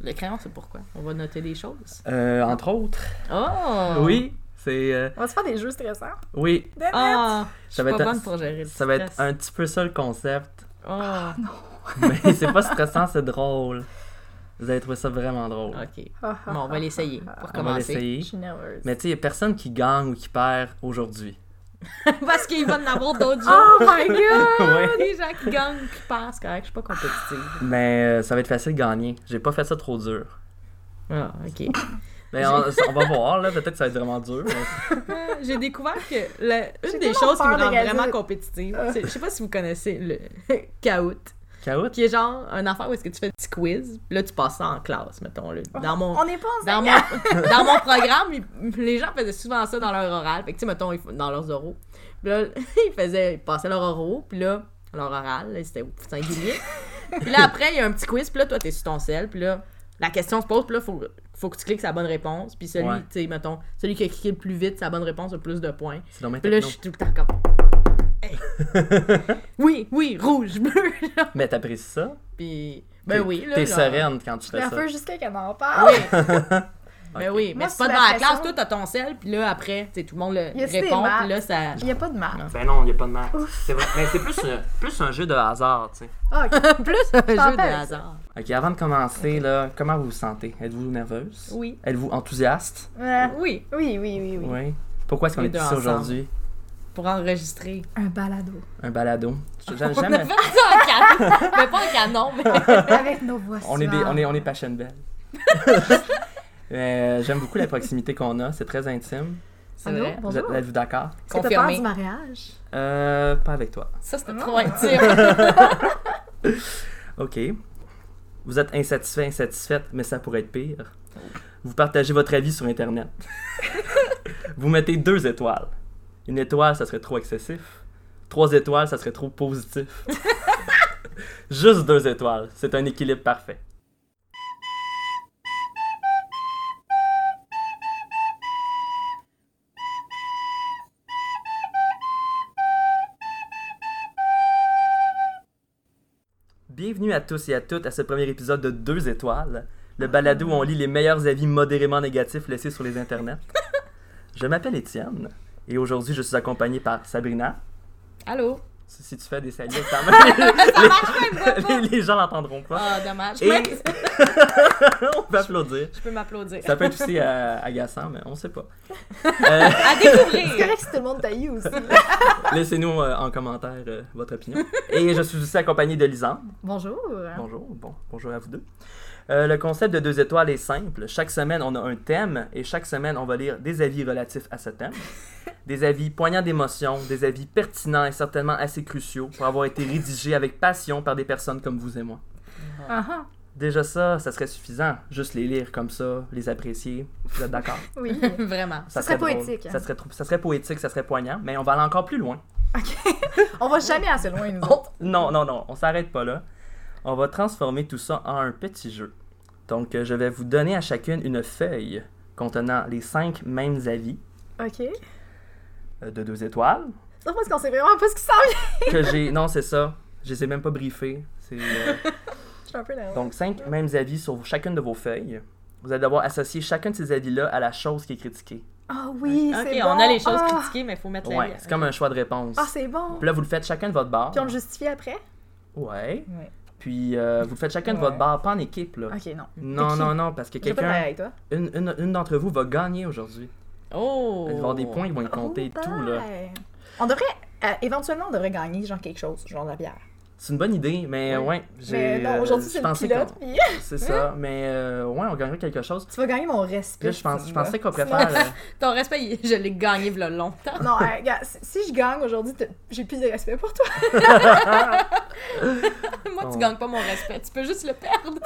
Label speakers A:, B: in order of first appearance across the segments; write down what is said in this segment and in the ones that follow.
A: Le crayon, c'est pourquoi? On va noter des choses.
B: Euh, entre autres.
A: Oh!
B: Ah Oui, c'est. euh,
C: On va se faire des jeux stressants.
B: oui,
C: Damn it!
A: Ah! Je suis
B: Ça va
A: pas
B: être un-
A: bonne pour gérer le
B: ça va être
A: stress.
B: un petit peu ça le concept.
A: Ah,
B: Mais c'est pas stressant, c'est drôle. Vous allez trouver ça vraiment drôle.
A: ok.
C: Ah, ah,
A: Bon, on va
C: ah,
A: l'essayer
C: ah,
A: pour
C: ah.
B: On va
A: commencer.
C: Je
B: l'essayer.
C: suis nerveuse.
B: Mais tu sais, il n'y a personne qui gagne ou qui perd aujourd'hui.
A: Parce qu'il va en avoir d'autres
C: Oh
A: jours.
C: my god!
A: Ah!
B: ouais.
A: Des gens qui gagnent, qui passent, correct. Je suis pas compétitive.
B: Mais euh, ça va être facile de gagner. J'ai pas fait ça trop dur.
A: Ah, ok.
B: Mais on, on va voir, là. Peut-être que ça va être vraiment dur. mais-
A: Euh, J'ai découvert que la- une
C: J'ai
A: des
C: tellement
A: choses qui me
C: peur de Ah.
A: rend
C: gagner.
A: vraiment compétitive, c'est- je sais pas si vous connaissez le Kahoot,
B: Kaout?
A: qui est genre un affaire où est-ce que tu fais des petits quiz, puis là tu passes ça en classe, mettons. là. Dans mon
C: On n'est pas en
A: dans mon, dans mon programme, ils- les gens faisaient souvent ça dans leur oral. Fait que, tu sais, mettons, ils font- dans leurs oraux. Puis là, ils faisaient, ils passaient leur oraux, puis là, leur oral, là, c'était au singulier. Puis là, après, il y a un petit quiz, puis là, toi, t'es sur ton sel, puis là, la question se pose, puis là, faut, faut que tu cliques sa bonne réponse. Puis celui,
B: Ouais.
A: tu sais, mettons, celui qui a cliqué le plus vite, sa bonne réponse a plus de points.
B: C'est dommage
A: Puis là, je
B: techno.
A: suis tout le temps comme. Hey. oui, oui, rouge, bleu, là.
B: Mais t'apprécies ça?
A: Puis, ben
B: T'es-
A: oui, là.
B: T'es
A: genre-
B: sereine quand tu fais ça.
C: un
B: Ah
C: peu jusqu'à qu'elle en parle. Oui.
A: Ben oui, mais
C: Moi,
A: c'est pas
C: sous
A: dans
C: la
A: la
C: pression-
A: classe, toi t'as ton sel, puis là après, tu sais, tout le monde le
C: Y hein. a-tu des
A: répond,
C: maths?
A: puis là ça.
C: Il n'y a pas de mal.
B: Ben non, il n'y a pas de match. C'est vrai. Mais c'est plus, un- plus un jeu de hasard, tu sais.
C: Ah, ok.
A: plus un
C: t'en
A: jeu de
C: fais avec
A: hasard.
B: OK, avant de commencer, là, comment vous vous sentez? Êtes-vous nerveuse?
A: Oui.
B: Êtes-vous enthousiaste?
C: Ouais.
A: Oui,
C: Euh, Oui, oui, oui, oui.
B: Oui. Pourquoi est-ce qu'on
A: Les
B: est
A: deux
B: ici
A: ensemble.
B: aujourd'hui?
A: pour enregistrer.
C: Un balado.
B: Un balado. J'ai- j'ai-
A: On a
B: Jamais.
A: fait ça en canon, mais pas en canon, mais
C: Avec nos voix
B: On est, des,
C: suaves.
B: on est, on est passion belle. Mais, euh, J'aime beaucoup la proximité qu'on a, c'est très intime.
A: c'est
C: Allô?
A: vrai.
B: Vous êtes-
C: Bonjour.
B: Êtes-vous d'accord?
C: Est-ce que t'as peur
A: Confirmé.
C: du mariage?
B: Euh, pas avec toi.
A: Ça
C: Ah.
A: c'était trop intime.
B: OK. Vous êtes insatisfait, insatisfaite, mais ça pourrait être pire. Vous partagez votre avis sur Internet. vous mettez deux étoiles. Une étoile, ça serait trop excessif. Trois étoiles, ça serait trop positif. Juste deux étoiles, c'est un équilibre parfait. Bienvenue à tous et à toutes à ce premier épisode de Deux étoiles, le balado où on lit les meilleurs avis modérément négatifs laissés sur les internets. Je m'appelle Étienne et aujourd'hui je suis accompagné par Sabrina.
A: Allô?
B: Si si tu fais des saluts, quand même,
A: Ça marche même pas!
B: les, les gens l'entendront pas.
A: Ah, dommage.
B: Et-
A: Mais
B: on peut applaudir.
A: je peux m'applaudir.
B: Ça peut être aussi euh, agaçant, mais on sait pas. Euh,
A: À
C: C'est
A: découvrir!
C: correct si tout le monde taillit aussi.
B: Laissez-nous euh, en commentaire euh, votre opinion. Et je suis aussi accompagné de Lisande.
C: Bonjour.
B: Bonjour, bon, bonjour à vous deux. Euh, le concept de deux étoiles est simple. Chaque semaine, on a un thème et chaque semaine, on va lire des avis relatifs à ce thème. Des avis poignants d'émotion, des avis pertinents et certainement assez cruciaux pour avoir été rédigés avec passion par des personnes comme vous et moi.
C: Ah, ah.
B: Déjà ça, ça serait suffisant. Juste les lire comme ça, les apprécier. Vous êtes d'accord?
C: Oui.
A: Vraiment.
B: Ça,
C: Ça serait
B: drôle.
C: poétique, hein?
B: Ça, serait, trop- ça serait poétique, ça serait poignant, mais on va aller encore plus loin.
C: On va jamais assez loin, nous
B: Oh,
C: autres.
B: non, non, non, on s'arrête pas là. On va transformer tout ça en un petit jeu. Donc, euh, je vais vous donner à chacune une feuille contenant les cinq mêmes avis
C: OK.
B: euh, de deux étoiles
C: Ça, parce qu'on sait vraiment pas ce qui s'en vient.
B: que j'ai. Non, c'est ça. Je les ai même pas briefés. C'est, euh,
C: Je suis un peu nerveuse.
B: Donc, cinq mêmes avis sur chacune de vos feuilles. Vous allez devoir associer chacun de ces avis-là à la chose qui est critiquée.
C: Ah oui,
A: Ok,
C: c'est bon.
A: on a les choses
C: Ah.
A: critiquées, mais il faut mettre la
B: Ouais, c'est comme un choix de réponse.
C: Ah, c'est bon.
B: Puis là, vous le faites chacun de votre barre.
C: Puis on le justifie après?
B: Ouais.
C: Ouais.
B: Puis euh, vous le faites chacun de
C: Ouais. Ah,
B: votre barre, pas en équipe, là.
C: OK, non.
B: Non,
C: qui?
B: non, non, parce que
C: J'ai
B: quelqu'un.
C: pas travaillé avec toi.
B: Une, une- une d'entre vous va gagner aujourd'hui.
A: Oh!
B: Elle va avoir des points, ils vont y compter et
C: Oh,
B: tout, là.
C: ben. On devrait... euh, éventuellement, on devrait gagner genre quelque chose, genre de la bière.
B: C'est une bonne idée, mais
C: Oui.
B: ouais. j'ai,
C: Mais
B: euh,
C: non, aujourd'hui,
B: je
C: c'est le
B: pensais
C: pilote,
B: qu'on-
C: puis
B: C'est ça, mais euh, ouais, on gagnerait quelque chose.
C: tu vas gagner mon respect.
B: Là, je, pense, je
C: Tim,
B: pensais
C: là.
B: qu'on préfère. euh,
A: Ton respect, il- je l'ai gagné v'là longtemps.
C: Non, hey, regarde, si si je gagne aujourd'hui, t'as- j'ai plus de respect pour toi.
A: Moi,
B: Bon.
A: tu gagnes pas mon respect, tu peux juste le perdre.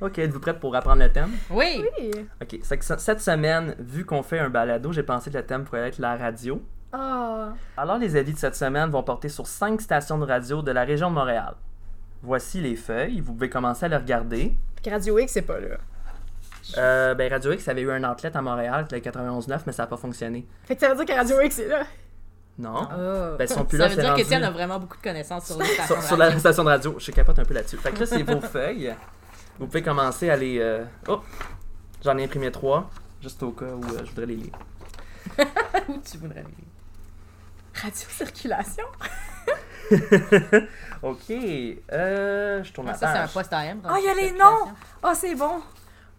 B: Ok, êtes-vous prête pour apprendre le thème?
A: Oui!
C: Oui.
B: Ok, c'est que ce- cette semaine, vu qu'on fait un balado, j'ai pensé que le thème pourrait être la radio.
C: Ah.
B: Alors, les avis de cette semaine vont porter sur cinq stations de radio de la région de Montréal. Voici les feuilles, vous pouvez commencer à les regarder.
C: Puis Radio X, c'est pas là.
B: Euh, ben, Radio X avait eu un athlète à Montréal, le 91.9, mais ça n'a pas fonctionné.
C: Fait que ça veut dire que Radio X, c'est là.
B: Non.
C: Ah.
B: Ben, ils sont plus
A: ça
B: là,
A: veut
B: c'est
A: dire
B: rendu...
A: qu'Étienne a vraiment beaucoup de connaissances sur les stations
B: sur,
A: de
B: sur la
A: radio.
B: station de radio. Je capote un peu là-dessus. Fait que là, c'est vos feuilles. Vous pouvez commencer à les. euh, Oh! J'en ai imprimé trois, juste au cas où euh, je voudrais les lire.
A: Où tu voudrais aller?
C: Radio-circulation?
B: Ok, euh, je tourne la
A: Ah, ça, c'est un
B: page.
A: poste AM.
C: Ah, il y a les noms! Ah, c'est bon!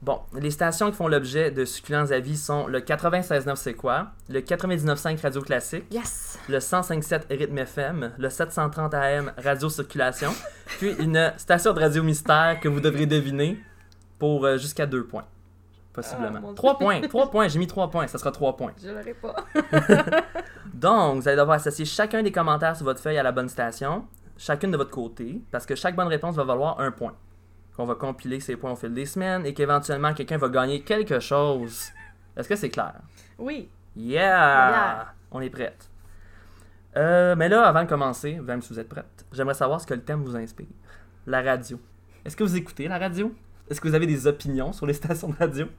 B: Bon, les stations qui font l'objet de succulents avis sont le 96.9 C'est quoi, le 99.5 Radio Classique,
C: Yes!
B: le 105.7 Rythme FM, le 730 AM Radio Circulation, puis une station de radio mystère que vous devrez deviner pour euh, jusqu'à deux points,
A: Ah, mon
B: possiblement.
A: Dieu.
B: Trois points, trois points, j'ai mis trois points, ça sera trois points.
A: Je l'aurais pas.
B: Donc, vous allez devoir associer chacun des commentaires sur votre feuille à la bonne station, chacune de votre côté, parce que chaque bonne réponse va valoir un point. Qu'on va compiler ces points au fil des semaines et qu'éventuellement quelqu'un va gagner quelque chose. Est-ce que c'est clair?
A: Oui.
B: Yeah!
C: Yeah.
B: On est prête. Euh, mais là, avant de commencer, même si vous êtes prête, j'aimerais savoir ce que le thème vous inspire. La radio. Est-ce que vous écoutez la radio? Est-ce que vous avez des opinions sur les stations de radio?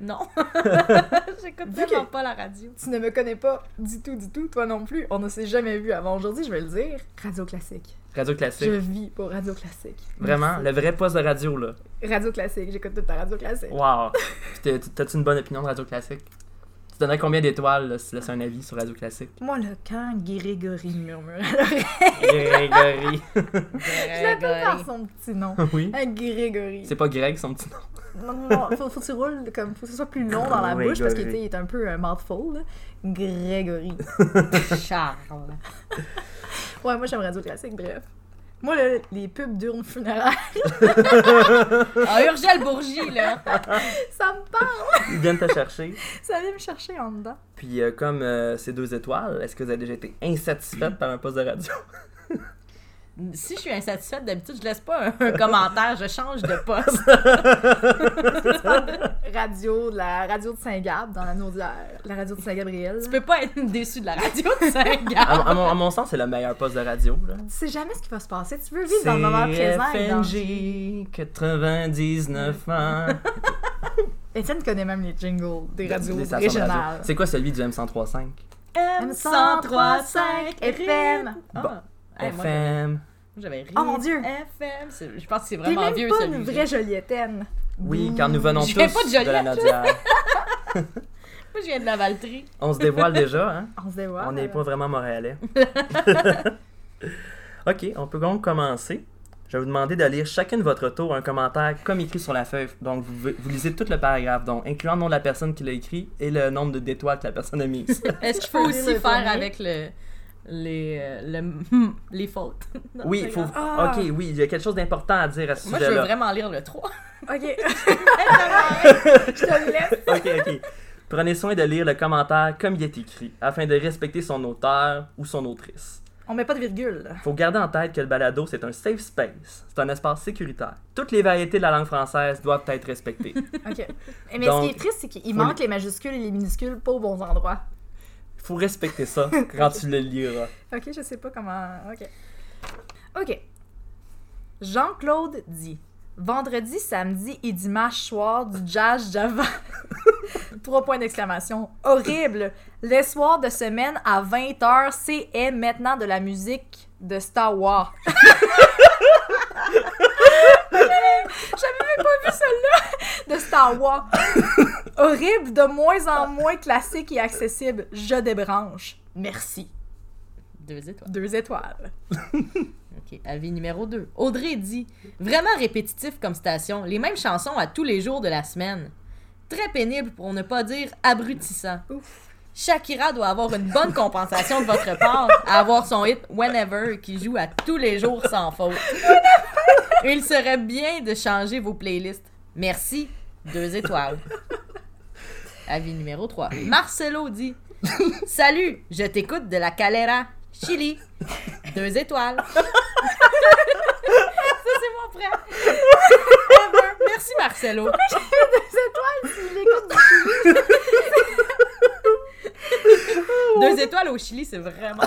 A: Non. J'écoute
C: Vu que-
A: tellement pas la radio.
C: Tu ne me connais pas du tout, du tout, toi non plus. On ne s'est jamais vu avant aujourd'hui, je vais le dire. Radio Classique.
B: Radio
C: Je
B: classique.
C: vis pour Radio Classique.
B: Vraiment, le vrai poste de radio, là.
C: Radio Classique, j'écoute toute ta Radio Classique.
B: Wow! Puis t'es- T'as-tu une bonne opinion de Radio Classique? Tu donnerais combien d'étoiles là, si tu laissais un avis sur Radio Classique?
C: Moi, le quand Grégory murmure à l'oreille.
A: Eh,
B: Grégory!
C: Je l'appelle par
A: Grégory.
C: son petit nom.
B: oui?
C: Un Grégory.
B: C'est pas Greg son petit nom?
C: Non, non, non, faut, faut que tu roules, comme, faut que ce soit plus long dans la
B: Grégory.
C: bouche parce qu'il était- il est un peu un mouthful. là. Grégory.
A: Charles.
C: Ouais, moi j'aime Radio Classique, bref. Moi, là, les pubs d'urnes funéraires,
A: Ah, Urgel Bourgie, là.
C: ça me parle.
B: Ils viennent te chercher.
C: Ça vient me chercher en dedans.
B: Puis euh, comme euh, c'est deux étoiles, est-ce que vous avez déjà été insatisfaite par un poste de radio?
A: Si je suis insatisfaite, d'habitude, je laisse pas un, un commentaire. Je change de poste.
C: Radio, de la radio de Saint-Gab, dans la Naudière. La radio de Saint-Gabriel.
A: tu peux pas être déçu de la radio de Saint-Gab.
B: À, mon- à mon, à mon sens, c'est le meilleur poste de radio. Là.
C: Tu sais jamais ce qui va se passer. Tu veux vivre
B: C'est
C: dans le moment présent. et dans-
B: FNJ, 99 ans.
C: Étienne connaît même les jingles des radios
B: Des stations de radio.
C: régionales.
B: C'est quoi celui du M1035?
C: M1035 FM.
A: Ah. Hey, moi,
B: FM.
A: J'avais ri.
C: Oh mon Dieu.
A: FM. c'est- Je pense que c'est
C: T'es
A: vraiment
C: même
A: vieux,
C: pas une
A: celui-là.
C: vraie Jolietaine.
B: Oui, car nous venons
A: Je
B: tous
A: viens pas de
B: de, la
A: Joliette.
B: Nodière.
A: Moi, je viens de la Valtrie.
B: On se dévoile déjà, hein?
C: On se dévoile.
B: On n'est pas vraiment montréalais. ok, on peut donc commencer. Je vais vous demander de lire chacun de votre tour un commentaire comme écrit sur la feuille. Donc, vous, vous lisez tout le paragraphe, donc incluant le nom de la personne qui l'a écrit et le nombre de d'étoiles que la personne a mise.
A: Est-ce qu'il
C: Je
A: faut
C: peux lire
A: aussi
C: le
A: faire
C: premier?
A: avec le, les, euh, le- les fautes? Non,
B: oui,
A: c'est
B: faut...
A: grave.
C: Ah!
B: ok, oui, il y a quelque chose d'important à dire à ce
A: Moi, je veux
B: sujet-là.
A: vraiment lire le 3.
C: Ok. Eh, Je te laisse.
B: ok, ok. Prenez soin de lire le commentaire comme il est écrit, afin de respecter son auteur ou son autrice.
C: On met pas de virgule. là.
B: Faut garder en tête que le balado, c'est un safe space. C'est un espace sécuritaire. Toutes les variétés de la langue française doivent être respectées.
C: OK. Eh, Mais
B: Donc,
C: ce qui est triste, c'est qu'il
B: faut
C: manque les majuscules et les minuscules pas aux bons endroits.
B: Faut respecter ça quand tu le liras.
C: OK, je sais pas comment. OK. OK. Jean-Claude dit Vendredi, samedi et dimanche soir du jazz Java. Trois points d'exclamation. Horrible. Les soirs de semaine à 20h, c'est est maintenant de la musique de Star Wars. J'avais j'avais même pas vu celle-là de Star Wars. Horrible, de moins en moins classique et accessible. Je débranche. Merci.
A: Deux étoiles.
C: Deux étoiles.
A: OK. Avis numéro 2. Audrey dit Vraiment répétitif comme station, les mêmes chansons à tous les jours de la semaine. Très pénible pour ne pas dire abrutissant. Shakira doit avoir une bonne compensation de votre part à avoir son hit Whenever qui joue à tous les jours sans faute. Il serait bien de changer vos playlists. Merci. Deux étoiles. Avis numéro 3. Marcelo dit Salut, je t'écoute de la Calera, Chili. Deux étoiles. Ça, c'est mon frère. Ever. Merci, Marcelo. Deux étoiles au Chili, c'est vraiment.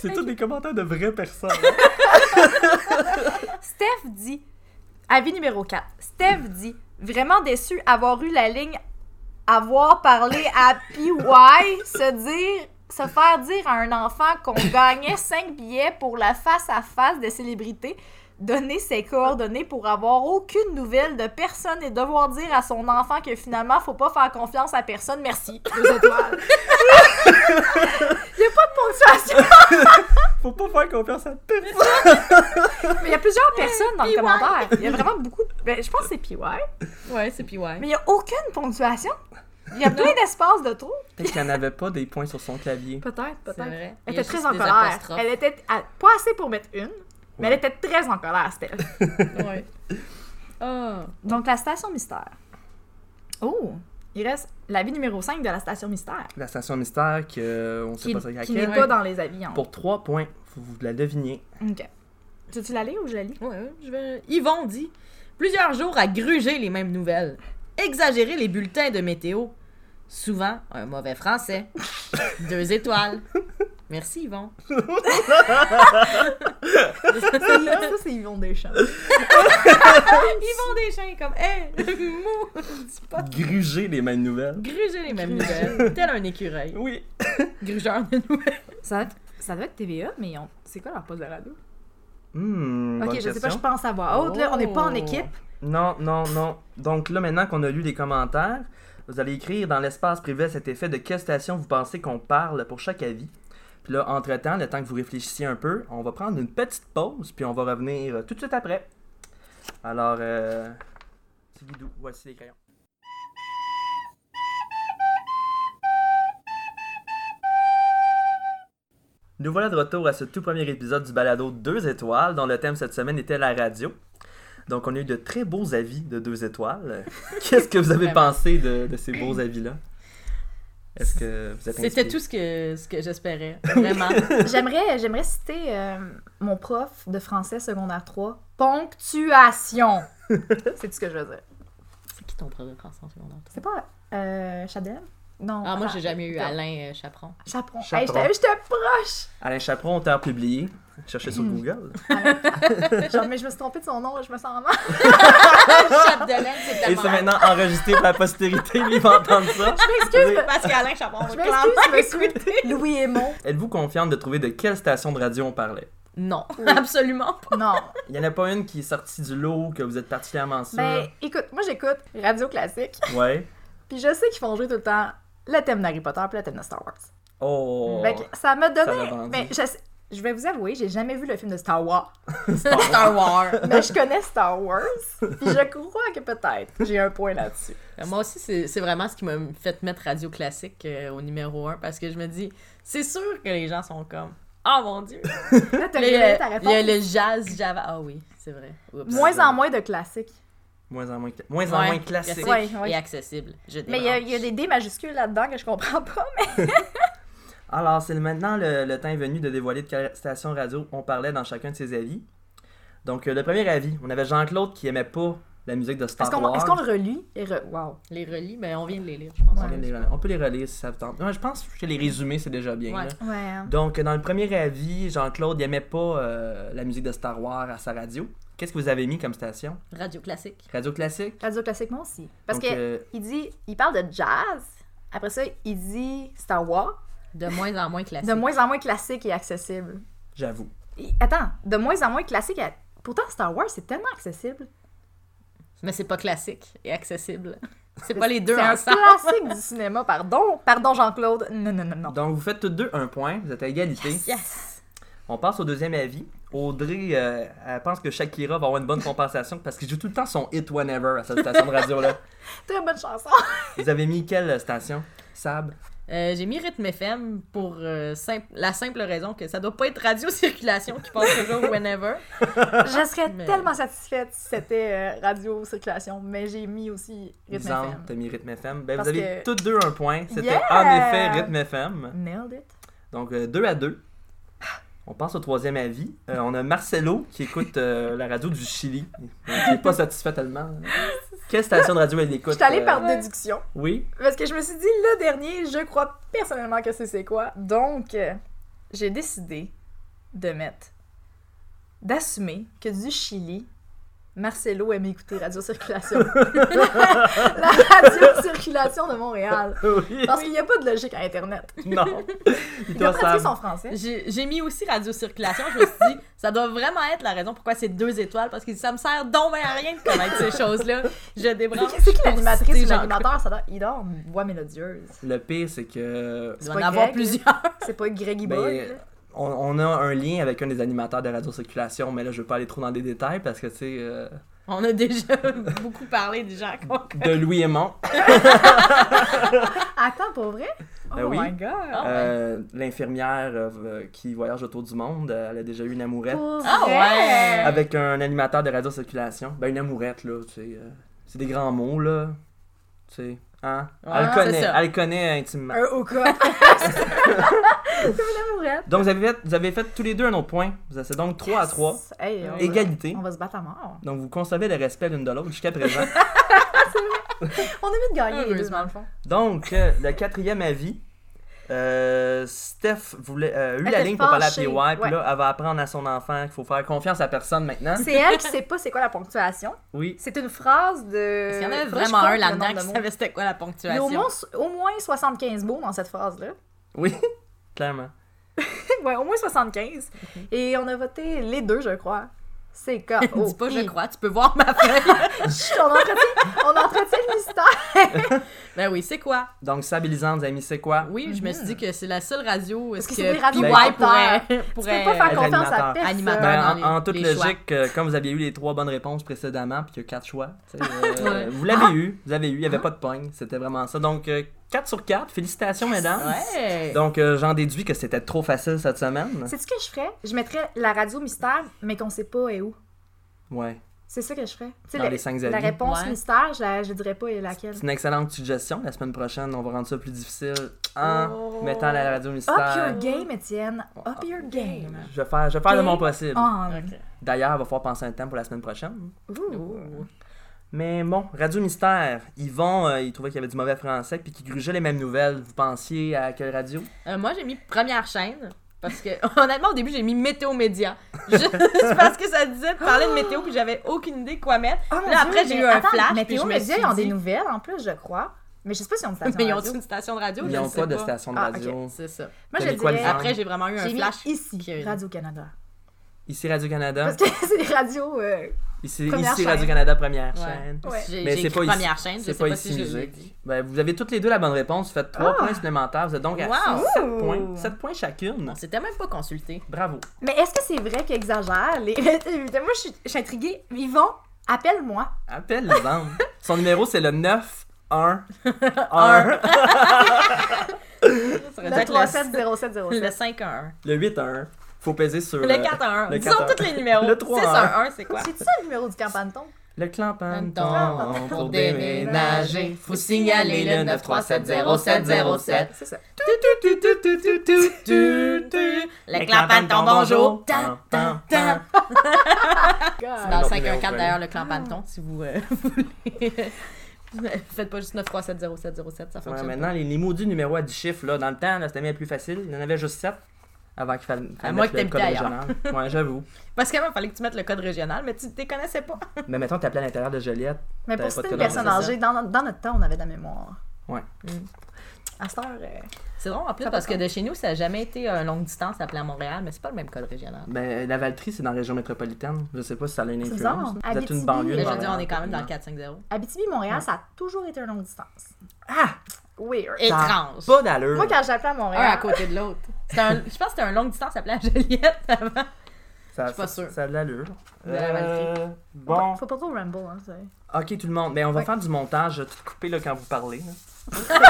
B: C'est tous des commentaires de vraies personnes. hein.
C: Steph dit, avis numéro 4, Steph dit, vraiment déçu avoir eu la ligne avoir parlé à PY, se dire se faire dire à un enfant qu'on gagnait 5 billets pour la face-à-face des célébrités, donner ses coordonnées pour avoir aucune nouvelle de personne et devoir dire à son enfant que finalement, faut pas faire confiance à personne, merci, deux étoiles. Il n'y a pas de ponctuation,
B: Faut pas faire confiance à personne.
C: mais il y a plusieurs personnes dans le
A: PY.
C: commentaire. Il y a vraiment beaucoup. ben, je pense que c'est PY,
A: Ouais, c'est PY.
C: mais il n'y a aucune ponctuation. Il y a plein d'espace de trop.
B: Peut-être qu'il n'y en avait pas des points sur son clavier.
C: Peut-être,
A: C'est vrai.
C: Elle
A: Il y a
C: était très
A: juste
C: en
A: des
C: colère.
A: apostrophes.
C: Elle était à- pas assez pour mettre une, mais elle était très en colère, Steph.
A: Ouais. Ah.
C: Donc, la station mystère. Oh! Il reste l'avis numéro 5 de la station mystère,
B: La station mystère, que euh, on sait
C: qui,
B: pas ça
C: qui n'est
B: laquelle.
A: ouais.
C: pas dans les avis. en
B: Pour 3 points, faut vous la deviniez.
C: Ok. Tu veux-tu la lire ou je la lis?
A: Ouais, ouais, je vais... Yvon dit plusieurs jours à gruger les mêmes nouvelles, exagérer les bulletins de météo, souvent un mauvais français. Deux étoiles. Merci Yvon.
C: ça, c'est Yvon Deschamps.
A: Yvon Deschamps comme hey, mou, dis pas
B: Gruger les mêmes nouvelles.
A: gruger les mêmes
C: Gruger.
A: nouvelles, tel un écureuil,
B: Oui.
A: grugeur de nouvelles.
C: Ça, ça doit être TVA, mais ils ont- c'est quoi leur poste de radio?
B: Hmm,
C: ok,
B: bonne
C: je sais pas,
B: question.
C: je pense à voix haute, là, on n'est pas en équipe.
B: Non, non, non. Donc là, maintenant qu'on a lu les commentaires, vous allez écrire dans l'espace privé à cet effet de quelle station vous pensez qu'on parle pour chaque avis. Puis là, entre-temps, le temps que vous réfléchissiez un peu, on va prendre une petite pause, puis on va revenir euh, tout de suite après. Alors, euh, c'est Guidou, voici les crayons. Nous voilà de retour à ce tout premier épisode du balado 2 étoiles, dont le thème cette semaine était la radio. Donc, on a eu de très beaux avis de 2 étoiles. Qu'est-ce que vous avez
A: Vraiment.
B: pensé de, de ces beaux avis-là? Est-ce que vous êtes
A: C'était
B: inspiré?
A: tout ce que ce que j'espérais, vraiment.
C: J'aimerais, j'aimerais citer euh, mon prof de français secondaire 3. Ponctuation! c'est tout ce que je veux dire.
A: C'est qui ton prof de français en secondaire? toi?
C: C'est pas euh, Chadel? Non.
A: Ah, moi,
C: attends.
A: j'ai jamais eu Alain euh, Chaperon.
C: Chaperon.
B: Chaperon.
C: Hey, j'étais- j'étais proche!
B: Alain Chaperon, auteur publié. Cherchez sur
C: Mhm.
B: Google.
C: Genre, mais je me suis trompée de son nom, je me sens mal.
A: Chapdelaine, c'est
B: Et
A: tellement...
B: c'est maintenant enregistré pour la postérité. Lui va entendre ça.
C: Excuse,
A: Parce qu'Alain Chaperon,
C: je
A: clairement,
C: m'excuse, monsieur Louis Aymon.
B: Êtes-vous confiante de trouver de quelle station de radio on parlait?
A: Non, absolument pas.
C: Non.
B: Il n'y en a pas une qui est sortie du lot, que vous êtes particulièrement sûre?
C: Ben, écoute, moi j'écoute Radio Classique,
B: Ouais.
C: puis je sais qu'ils font jouer tout le temps le thème d'Harry Potter puis le thème de Star Wars.
B: Oh!
C: Fait que ça m'a
B: Ça l'a
C: donné.
B: vendu.
C: mais je, sais- je vais vous avouer, j'ai jamais vu le film de Star Wars.
A: Star Wars.
C: Mais je connais Star Wars, puis je crois que peut-être j'ai un point là-dessus.
A: Euh, Moi aussi, c'est c'est vraiment ce qui m'a fait mettre Radio Classique euh, au numéro 1 parce que je me dis, c'est sûr que les gens sont comme Ah mon dieu!
C: Là, t'as
A: Là, il y
C: révélé ta
A: a- il y a
C: réponse.
A: le jazz Java. Ah oui, c'est vrai. Oups.
C: Moins en moins de classiques.
B: Moins en moins, cla- moins, en
A: Ouais,
B: moins classique.
C: Ouais, ouais.
A: Et accessible. Je
C: Mais il y a- il y, a des D majuscules là-dedans que je comprends pas. Mais...
B: Alors, c'est le- maintenant le, le temps est venu de dévoiler de quelle station radio on parlait dans chacun de ses avis. Donc, euh, le premier avis, on avait Jean-Claude qui aimait pas la musique de Star
C: Est-ce qu'on
B: Wars.
C: est-ce qu'on le relit? Et re- Wow.
A: Les relis, ben, on vient de les lire, je pense.
B: On, vient de les relire. On peut les relire si ça vous tente. Ouais, je pense que les résumés, c'est déjà bien.
A: Ouais. hein.
B: là.
C: Ouais.
B: Donc, dans le premier avis, Jean-Claude n'aimait pas euh, la musique de Star Wars à sa radio. Qu'est-ce que vous avez mis comme station
A: Radio Classique.
B: Radio classique
C: Radio Classique, moi aussi. Parce
B: Donc,
C: que
B: euh,
C: il dit, il parle de jazz. Après ça, il dit Star Wars.
A: De moins en moins classique.
C: De moins en moins classique et accessible.
B: J'avoue.
C: Et- attends, de moins en moins classique. et- Pourtant, Star Wars, c'est tellement accessible.
A: Mais c'est pas classique et accessible. C'est pas les deux
C: C'est un
A: ensemble.
C: classique du cinéma, pardon. Pardon, Jean-Claude. Non, non, non, non.
B: Donc, vous faites toutes deux un point. Vous êtes à égalité.
A: Yes!
B: On passe au deuxième avis. Audrey, euh, elle pense que Shakira va avoir une bonne compensation parce qu'il joue tout le temps son Hit Whenever à cette station de radio-là.
C: Très bonne chanson.
B: Vous avez mis quelle station Sab
A: Euh, J'ai mis Rythme FM pour euh, simple- la simple raison que ça doit pas être Radio Circulation qui passe toujours whenever.
C: Je serais
A: Mais-
C: tellement satisfaite si c'était euh, Radio Circulation, mais j'ai mis aussi Rhythm
B: Lisande,
C: FM.
B: t'as mis Rythme FM. Ben, vous
C: Parce
B: avez
C: que-
B: toutes deux un point. C'était
C: Yeah!
B: en effet Rythme FM.
C: Nailed it.
B: Donc, 2 à 2. On passe au troisième avis. Euh, on a Marcelo qui écoute euh, la radio du Chili. Il n'est pas satisfait tellement. Quelle station de radio elle
C: Je
B: écoute
C: suis allée
B: euh,
C: par déduction.
B: Oui.
C: Parce que je me suis dit, le dernier, je crois personnellement que c'est c'est quoi. Donc, euh, j'ai décidé de mettre, d'assumer que du Chili, Marcelo aimait écouter Radio Circulation. la Radio Circulation de Montréal.
B: Oui.
C: Parce qu'il n'y a pas de logique à Internet.
B: Non. Il
C: Il a
B: doit
C: pratiqué
B: savoir.
C: son français.
A: J'ai j'ai mis aussi Radio Circulation. Je me suis dit, ça doit vraiment être la raison pourquoi c'est deux étoiles. Parce que ça me sert donc bien à rien de connaître ces choses-là. Je débranche.
C: C'est qui
A: pour
C: l'animatrice
A: citer
C: ou
A: Jean-Claude.
C: l'animateur? Ça doit... Il doit avoir une voix mélodieuse.
B: Le pire, c'est que
A: Il
C: C'est
A: doit en
C: pas
A: avoir
C: Greg,
A: plusieurs.
C: C'est pas Greggy
B: Ben,
C: Boy. là?
B: on, on a un lien avec un des animateurs de Radio Circulation, mais là, je veux pas aller trop dans des détails parce que, tu sais, euh,
A: On a déjà beaucoup parlé des gens qu'on connaît.
B: de Louis Aymon,
C: Attends, pour vrai? Oh
B: Ben oui.
C: my god!
A: Ah.
B: euh, l'infirmière euh, qui voyage autour du monde, euh, elle a déjà eu une amourette
C: Pour
A: Ah
C: vrai?
A: ouais!
B: avec un animateur de Radio Circulation. Ben, une amourette, là, tu sais. euh, c'est des grands mots, là. Tu sais. Hein?
A: Ouais,
B: elle
A: c'est
B: connaît,
A: ça.
B: elle connaît intimement.
C: Un au cas. Comme l'amourette.
B: Donc, vous avez, fait, vous avez fait tous les deux un autre point. Vous avez- C'est donc 3 à 3.
C: Hey, on, va,
B: Égalité.
C: on va se battre à mort.
B: Donc, vous conservez le respect l'une de l'autre jusqu'à présent.
C: On a mis de gagner les deux,
A: Heureusement.
C: dans le fond.
B: Donc, euh, le quatrième avis. euh, Steph voulait, euh, a eu
C: Elle
B: la
C: était
B: ligne pour parler à
C: fâchée,
B: PY,
C: ouais.
B: puis là, elle va apprendre à son enfant qu'il faut faire confiance à personne maintenant.
C: C'est elle qui sait pas c'est quoi la ponctuation.
B: Oui.
C: C'est une phrase de.
A: Parce qu'il y en
C: Euh, Faudrait
A: avait
C: que
A: vraiment
C: je compte
A: un
C: le
A: là-dedans
C: nombre de
A: qui
C: mots.
A: savait c'était quoi la
C: Il y a
A: ponctuation.
C: au moins, au moins 75 mots dans cette phrase-là.
B: Oui, clairement.
C: ouais, au moins 75. Et on a voté les deux, je crois. C'est K. O.
A: Dis pas je
C: I.
A: crois, tu peux voir ma feuille.
C: Chut, on entretient, on entretient le mystère.
A: ben oui, c'est quoi?
B: Donc, stabilisant, vous avez mis c'est quoi?
A: Oui, je me suis dit que c'est la seule radio où est-ce
C: Mm-hmm. Parce
A: que,
C: que c'est des radios
A: PY
C: amateurs.
A: pourrait,
C: Tu peux
A: pourrait
C: pas faire
B: être
C: confiance à
B: animateur.
C: personne.
A: euh, Animateur.
B: Ben,
A: Ah, dans
B: en,
A: les-
B: en toute
A: les
B: logique, euh, comme vous aviez eu les trois bonnes réponses précédemment, puis qu'il y a quatre choix, tu sais, euh,
A: Ouais. Ah.
B: vous l'avez eu, vous avez eu, il n'y avait pas de pogne, c'était vraiment ça. Donc, 4 sur 4, félicitations, mesdames.
A: Ouais.
B: Donc, euh, j'en déduis que c'était trop facile cette semaine.
C: Sais-tu ce que je ferais? Je mettrais la radio mystère, mais qu'on sait pas est où.
B: Ouais,
C: C'est ça que je ferais. Tu sais,
B: dans
C: le-
B: les cinq
C: la
B: avis.
C: réponse
A: Ouais.
C: mystère, je, la, je dirais pas laquelle.
B: C'est une excellente suggestion. La semaine prochaine, on va rendre ça plus difficile en
A: Oh.
B: mettant la radio
C: Up
B: mystère. Ah.
C: your game, Étienne. Up your game.
B: Je vais faire, je vais faire de mon possible.
A: Ah.
C: On.
A: Ok.
B: D'ailleurs, il va falloir penser un temps pour la semaine prochaine.
C: Ouh.
B: Mais bon, Radio Mystère, Yvon, euh, il trouvait qu'il y avait du mauvais français puis qu'il grugeait les mêmes nouvelles. Vous pensiez à quelle radio
A: Euh, moi, j'ai mis première chaîne. Parce que, honnêtement, au début, j'ai mis météo média. Juste parce que ça disait de parler de météo, puis j'avais aucune idée de quoi mettre.
C: Oh mon
A: Là,
C: Dieu,
A: après, j'ai
C: mais
A: eu un
C: attends,
A: flash, puis
C: Météo
A: je me
C: Média,
A: suis
C: ils ont des
A: dit-
C: nouvelles en plus, je crois. Mais je sais pas si on station
A: Mais ils
C: radio.
A: ont une station de radio?
B: Ils
A: Je
B: n'ont
A: sais
B: pas de station de
C: Ah,
B: radio.
A: C'est ça.
C: Moi, je
B: T'avais quoi, Hein?
C: dirais.
B: Lisandre?
A: Après, j'ai vraiment eu un
C: J'ai mis
A: flash.
C: ici,
A: que-
C: Radio-Canada.
B: Ici Radio-Canada.
C: Parce que c'est les radios. euh,
B: Ici,
C: Première
B: ici
C: chaîne.
B: Radio-Canada Première
A: Ouais.
B: chaîne.
C: Ouais.
A: J'ai
B: Mais
A: j'ai
B: c'est
A: écrit
B: pas
A: première chaîne, je
B: C'est
A: sais
B: pas
A: pas
B: ici
A: si je l'ai
B: musique.
A: dit.
B: Ben, vous avez toutes les deux la bonne réponse. Vous faites trois
C: Ah.
B: points supplémentaires. Vous êtes donc à
A: Wow.
B: six- sept
C: Ouh.
B: points. Sept points chacune.
A: On s'était même pas consulté.
B: Bravo.
C: Mais est-ce que c'est vrai qu'ils exagèrent? Les... Moi, je suis, je suis intriguée. Yvon, appelle-moi.
B: Appelle Lisandre. Son numéro, c'est le 9 1 1
A: Un.
C: Le
A: le
C: 370707.
A: 5 à 1.
B: le 8 1. Faut peser sur
A: Le
B: euh,
A: 4 à 1.
B: le
A: Disons
B: 4 à
A: tous les numéros.
B: Le 3 à
A: 6 à 1, c'est quoi?
C: C'est ça le numéro du campanton?
B: Le
A: Canton,
B: clampanton pour
A: pour
B: déménager.
A: déménager, faut signaler le 9370707.
C: C'est ça.
A: Le clampanton, bonjour. Ah,
B: Tan, tan, tan.
A: C'est
C: God.
A: dans
B: Non,
A: le
B: numéro
A: 514
B: plein.
A: d'ailleurs, le clan Panton, si vous euh, voulez. Faites pas juste 9370707, ça
B: Ouais,
A: fonctionne.
B: maintenant, les, les maudits numéros à 10 chiffres, là, dans le temps, là, c'était bien plus facile. Il y en avait juste 7 avant qu'il fallait, fallait
A: À moins
B: mettre
A: que
B: le
A: t'habites
B: code
A: ailleurs.
B: régional. Ouais, j'avoue.
A: pas. Parce qu'avant, il fallait que tu mettes le code régional, mais tu ne connaissais pas.
B: Mais mettons, t'appelais à l'intérieur de Joliette.
C: Mais pour
B: T'avais pas de
C: citer une
B: code
C: personne
B: régional.
C: âgée, dans, dans notre temps, on avait de la mémoire.
B: Ouais.
A: Mm.
C: À cette heure. euh,
A: C'est drôle en plus
C: Ça
A: parce que
C: peut
A: de chez nous, ça n'a jamais été euh, longue distance appelé à Montréal, mais c'est pas le même code régional.
B: Ben, la Valtrie, c'est dans la région métropolitaine. Je sais pas si ça a une
C: C'est
B: influence.
C: bizarre.
B: Vous êtes une
C: Abitibi,
B: banlieue.
A: Là,
B: de
A: Ben, je veux
B: Montréal,
A: dire, on est quand même dans le
B: techniquement.
A: 450.
C: Abitibi-Montréal, ça a toujours été un longue distance.
B: Ah!
C: Weird.
A: Étrange.
B: Pas d'allure.
C: Moi, quand j'appelais à
A: Un à
C: Montréal,
A: côté de l'autre. C'était un- Je pense que c'était un longue distance appelé à Joliette avant.
B: Ça,
A: Je suis pas
B: ça-
A: sûre.
B: Ça a de l'allure. Euh,
A: De la Valtrie.
B: bon.
C: faut pas trop ramble. Hein, tu sais.
B: Ok, tout le monde. Mais on va
C: Ouais.
B: faire du montage. Je vais tout couper là, quand vous parlez. là.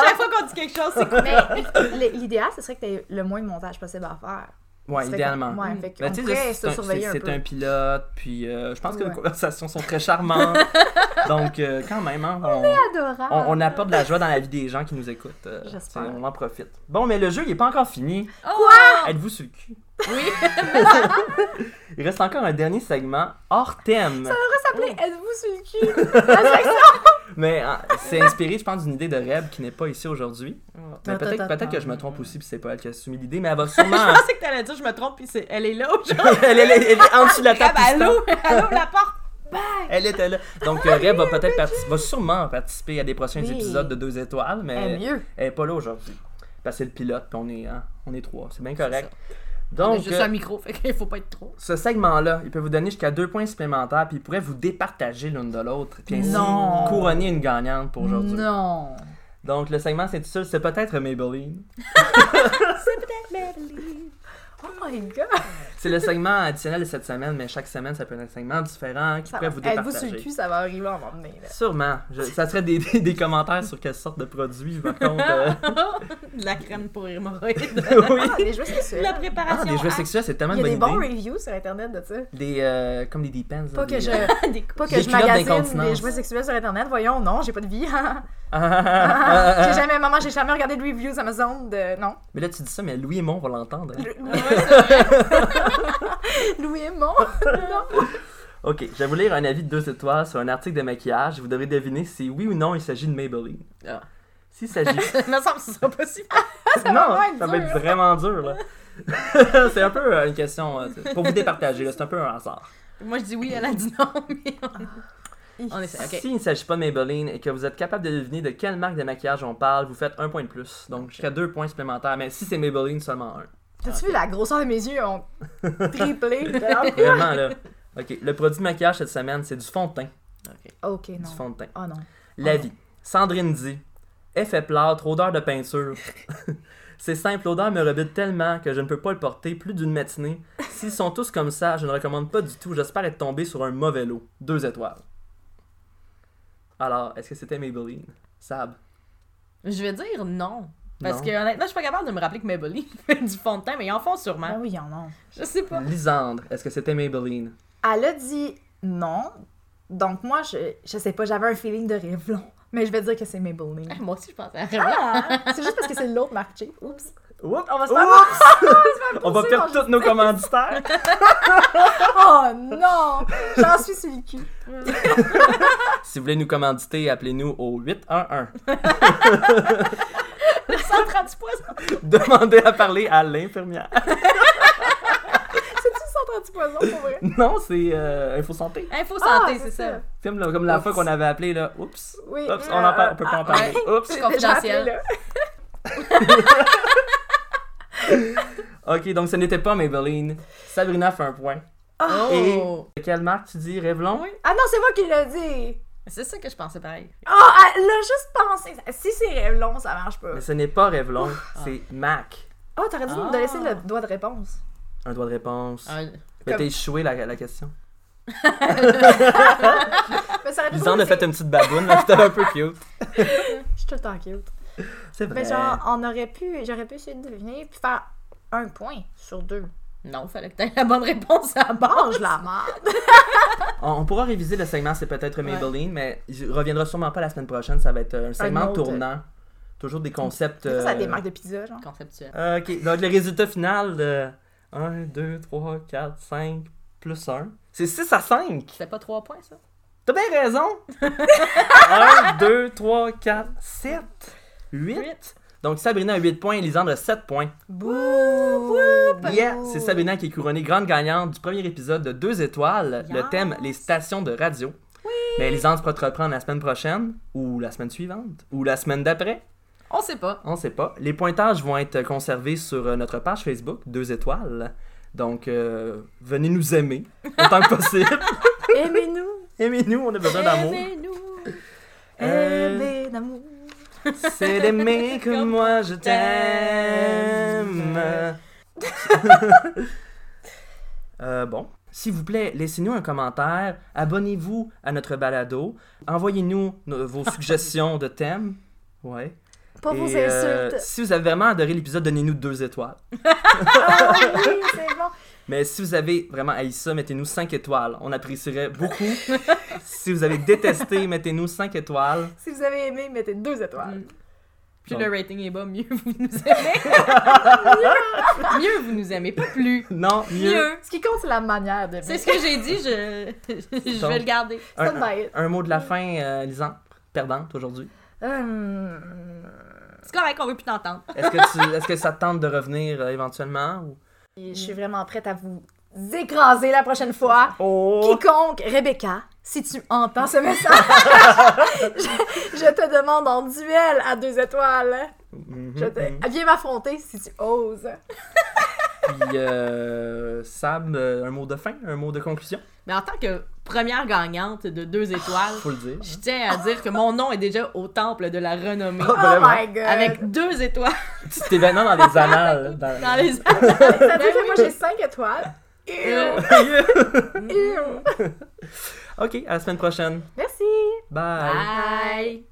A: Chaque fois qu'on dit quelque chose, c'est cool.
C: Mais l- l'idéal, ce serait que tu aies le moins de montage possible à faire.
B: Ouais,
C: Ça fait
B: idéalement.
C: qu'on- Ouais,
A: Mm.
C: fait qu'on
B: Ben, tu sais,
C: pourrait
B: c'est-
C: se
B: c'est un-
C: surveiller
B: c'est-
C: un
B: c'est
C: peu.
B: un pilote, puis euh, je pense que
C: Ouais.
B: nos conversations sont très charmantes. Donc, euh, quand même, hein, on,
C: Adorable.
B: on- on apporte de la joie dans la vie des gens qui nous écoutent. euh,
C: Ah. J'espère.
B: tu sais, On en profite. Bon, mais le jeu, il n'est pas encore fini.
C: Ah.
A: Quoi?
B: Êtes-vous sur le cul?
A: Oui.
B: Il reste encore un dernier segment hors thème.
C: s'appeler
B: Oh.
C: Êtes-vous sur le cul?
B: Mais hein, c'est inspiré, je pense, d'une idée de Reb qui n'est pas ici aujourd'hui. Mais
C: Ta- ta-
B: peut-être
C: ta- ta-
B: peut-être que je me
A: ta-
B: trompe aussi, puis c'est pas elle qui a soumis l'idée, mais elle va
A: Je
B: sûrement.
A: pensais que t'allais dire, je me trompe, puis c'est- elle est là aujourd'hui.
B: elle, elle- elle est en dessous de la
A: Ah,
B: table.
A: bah, allô, allô, la porte.
B: Elle était là. Donc, euh, Reb va peut-être parti- va sûrement participer à des prochains
A: Oui.
B: épisodes de Deux Étoiles, mais
C: Eh, mieux.
B: elle n'est pas là aujourd'hui. Parce que c'est le pilote, puis on est, hein, on est trois. C'est bien correct.
A: On a
B: Donc,
A: juste
B: euh,
A: un micro, fait qu'il faut pas être trop.
B: ce segment-là, il peut vous donner jusqu'à deux points supplémentaires, puis il pourrait vous départager l'une de l'autre, puis ainsi
C: Non.
B: couronner une gagnante pour aujourd'hui.
C: Non.
B: Donc, le segment, c'est tout seul, c'est peut-être Maybelline.
C: Oh my god.
B: C'est le segment additionnel de cette semaine, mais chaque semaine, ça peut être un segment différent qui
C: Ça
B: pourrait
C: va.
B: vous
C: Êtes-vous sur le
B: départager.
C: cul, ça va arriver à m'emmener.
B: Sûrement. Je- ça serait des, des, des commentaires sur quelle sorte de produit, par contre. euh,
A: De la crème pour hémorroïdes.
B: oui.
C: Ah, des jouets sexuels.
A: De la
B: Ah,
A: préparation.
B: des jouets
A: à-
B: sexuels, c'est tellement
C: hein? Il
B: une
C: y a
B: bonne
C: des bons
B: idée.
C: reviews sur internet de ça.
B: Des, euh, comme des depends.
C: Pas que je,
A: Ah, des coups.
C: pas que
B: Des
C: je
B: culottes
C: magasine
B: d'incontinence.
C: des jouets sexuels sur internet. Voyons, non, j'ai pas de vie. j'ai
B: je...
C: jamais, maman, j'ai jamais regardé de reviews Amazon de. Non.
B: mais là, tu dis ça, mais Louis et Mon vont l'entendre. hein.
C: Louis Aymon.
B: Ok, je vais vous lire un avis de deux étoiles sur un article de maquillage. Vous devrez deviner si oui ou non il s'agit de Maybelline.
A: Ah.
B: S'il s'agit.
A: Il me semble que ce sera pas si
C: Ça va
B: non,
C: vraiment être
B: ça va
C: dur.
B: être vraiment dur, là. c'est un peu euh, une question. euh, c'est- pour vous départager, là, c'est un peu un hasard.
A: Moi, je dis oui, elle a dit non, mais on essaie. Ok.
B: S'il ne s'agit pas de Maybelline et que vous êtes capable de deviner de quelle marque de maquillage on parle, vous faites un point de plus. Donc, jusqu'à deux points supplémentaires. Mais si c'est Maybelline, seulement un.
C: T'as-tu vu la grosseur de mes yeux ont triplé? tout à l'heure?
B: Vraiment, là. OK. Le produit de maquillage cette semaine, c'est du fond de teint.
C: ok,
B: Du
C: non.
B: fond de teint.
C: Oh non.
B: La vie. Sandrine dit Effet plâtre, odeur de peinture. c'est simple, l'odeur me rebute tellement que je ne peux pas le porter plus d'une matinée. S'ils sont tous comme ça, je ne recommande pas du tout. J'espère être tombé sur un mauvais lot. Deux étoiles. Alors, est-ce que c'était Maybelline Sab
A: Je vais dire non. Parce
B: Non.
A: que honnêtement, je suis pas capable de me rappeler que Maybelline fait du fond de teint, mais ils en font sûrement.
C: Ah oui, y'en a.
A: Je sais pas.
B: Mm. Lisandre, est-ce que c'était Maybelline
C: Elle a dit non. Donc moi, je, je sais pas, j'avais un feeling de Revlon. Mais je vais dire que c'est Maybelline.
A: Moi aussi, je pensais à
C: Ah, c'est juste parce que c'est l'autre marque cheap. Oups.
B: Oups.
C: On va se faire
B: Oups. On va
C: poursuivre
B: perdre
C: en
B: tous nos commanditaires.
C: Oh non! J'en suis sur le cul.
B: si vous voulez nous commanditer, appelez-nous au 811.
A: Ah, 130 points.
B: Demandez à parler à l'infirmière.
C: C'est-tu centre antipoison pour vrai?
B: Non, c'est euh, Info Santé.
A: Info
C: Ah,
A: santé, c'est
C: c'est
A: ça.
B: Comme, la- comme la
C: Oups.
B: fois qu'on avait appelé, là, oups,
C: Oui. Ah,
B: oups, on, en parle- on peut pas en parler. Oups.
A: C'est
C: J'ai déjà appelé,
A: confidentiel.
C: là.
B: Ok, donc ce n'était pas Maybelline. Sabrina fait un point.
A: Oh!
B: De quelle marque tu dis, Revlon?
C: Ah non, c'est moi qui l'ai dit!
A: C'est ça que je pensais pareil.
C: Oh, elle a juste pensé. Si c'est Revlon, ça marche pas.
B: Mais ce n'est pas Revlon, c'est MAC.
C: Oh, t'aurais dû me
A: Ah.
C: laisser le doigt de réponse.
B: Un doigt de réponse.
A: Un-
B: Mais
C: Ah comme-
B: t'as échoué la, la question.
C: Mais ça aurait pu
B: Lisandre a
C: être-
B: fait une petite baboune, là, c'était un peu cute.
C: Je suis tout le temps cute.
B: C'est vrai.
C: Mais genre, on aurait pu, j'aurais pu essayer de deviner puis faire un point sur deux.
A: Non, fallait que t'aies la bonne réponse à la base.
C: Mange la merde!
B: On, on pourra réviser le segment, c'est peut-être
A: Ouais.
B: Maybelline, mais je reviendra sûrement pas la semaine prochaine. Ça va être euh, un segment
C: autre.
B: tournant. Toujours des concepts.
C: Des fois, Ça a des
B: euh,
C: marques de pizza, genre.
A: Conceptuel.
B: Ok, donc le résultat final de 1, 2, 3, 4, 5, plus 1. C'est 6 à 5.
A: C'était pas 3 points, ça?
B: T'as bien raison. 1, 2, 3, 4, 7, 8. Donc Sabrina a 8 points et Lisandre a 7 points.
C: Boup!
B: Yeah, c'est Sabrina qui est couronnée grande gagnante du premier épisode de 2 étoiles, le
A: Yes.
B: thème les stations de radio. Mais Lisandre pourra te reprendre la semaine prochaine, ou la semaine suivante, ou la semaine d'après.
A: On sait pas.
B: On sait pas. Les pointages vont être conservés sur euh, notre page Facebook, deux étoiles. Donc, euh, venez nous aimer autant que possible.
C: Aimez-nous!
B: Aimez-nous, on a besoin d'amour.
A: Aimez-nous.
B: Euh,
C: Aimez d'amour!
B: C'est d'aimer que moi je t'aime. Euh, bon. S'il vous plaît, laissez-nous un commentaire, abonnez-vous à notre balado, envoyez-nous nos- vos suggestions de thèmes. Ouais.
C: Pas vos
B: Et, euh,
C: insultes!
B: si vous avez vraiment adoré l'épisode, donnez-nous deux étoiles.
C: Ah oui, c'est bon!
B: Mais si vous avez vraiment haï ça, mettez-nous 5 étoiles. On apprécierait beaucoup. si vous avez détesté, mettez-nous 5 étoiles.
C: Si vous avez aimé, mettez deux étoiles.
A: Mm. Plus
B: Donc-
A: le rating est bas, mieux vous nous aimez. mieux, mieux vous nous aimez, pas plus.
B: Non, mieux.
A: Mieux.
C: Ce qui compte, c'est la manière de
A: C'est
C: mettre.
A: ce que j'ai dit, je, je
B: Donc-
A: vais le garder.
B: Un,
C: Ça va être.
B: un mot de la fin, euh, Lisandre, perdante aujourd'hui.
C: Hum,
A: C'est correct, on veut plus t'entendre.
B: Est-ce que, tu- est-ce que ça te tente de revenir euh, éventuellement? ou-
C: Je suis vraiment prête à vous écraser la prochaine fois.
B: Oh!
C: Quiconque, Rebecca, si tu entends ce message, je, je te demande en duel à deux étoiles.
B: Mhm,
C: Je
B: mhm.
A: Mm-hmm.
C: te, viens m'affronter si tu oses.
B: Puis, euh, Sam, euh, un mot de fin, un mot de conclusion,
A: Mais en tant que première gagnante de deux étoiles,
B: Ah, faut le dire.
A: je tiens à dire que mon nom est déjà au temple de la renommée.
B: Ah,
C: Oh
B: vraiment.
C: my god.
A: Avec deux étoiles
B: Petit événement dans les annales. Dans...
A: dans les
C: Ça veut dire
A: Ben
C: que moi
A: oui.
C: j'ai cinq étoiles. Ew,
A: Euh,
C: ew.
B: ok, à la semaine prochaine.
C: Merci.
B: Bye.
A: Bye.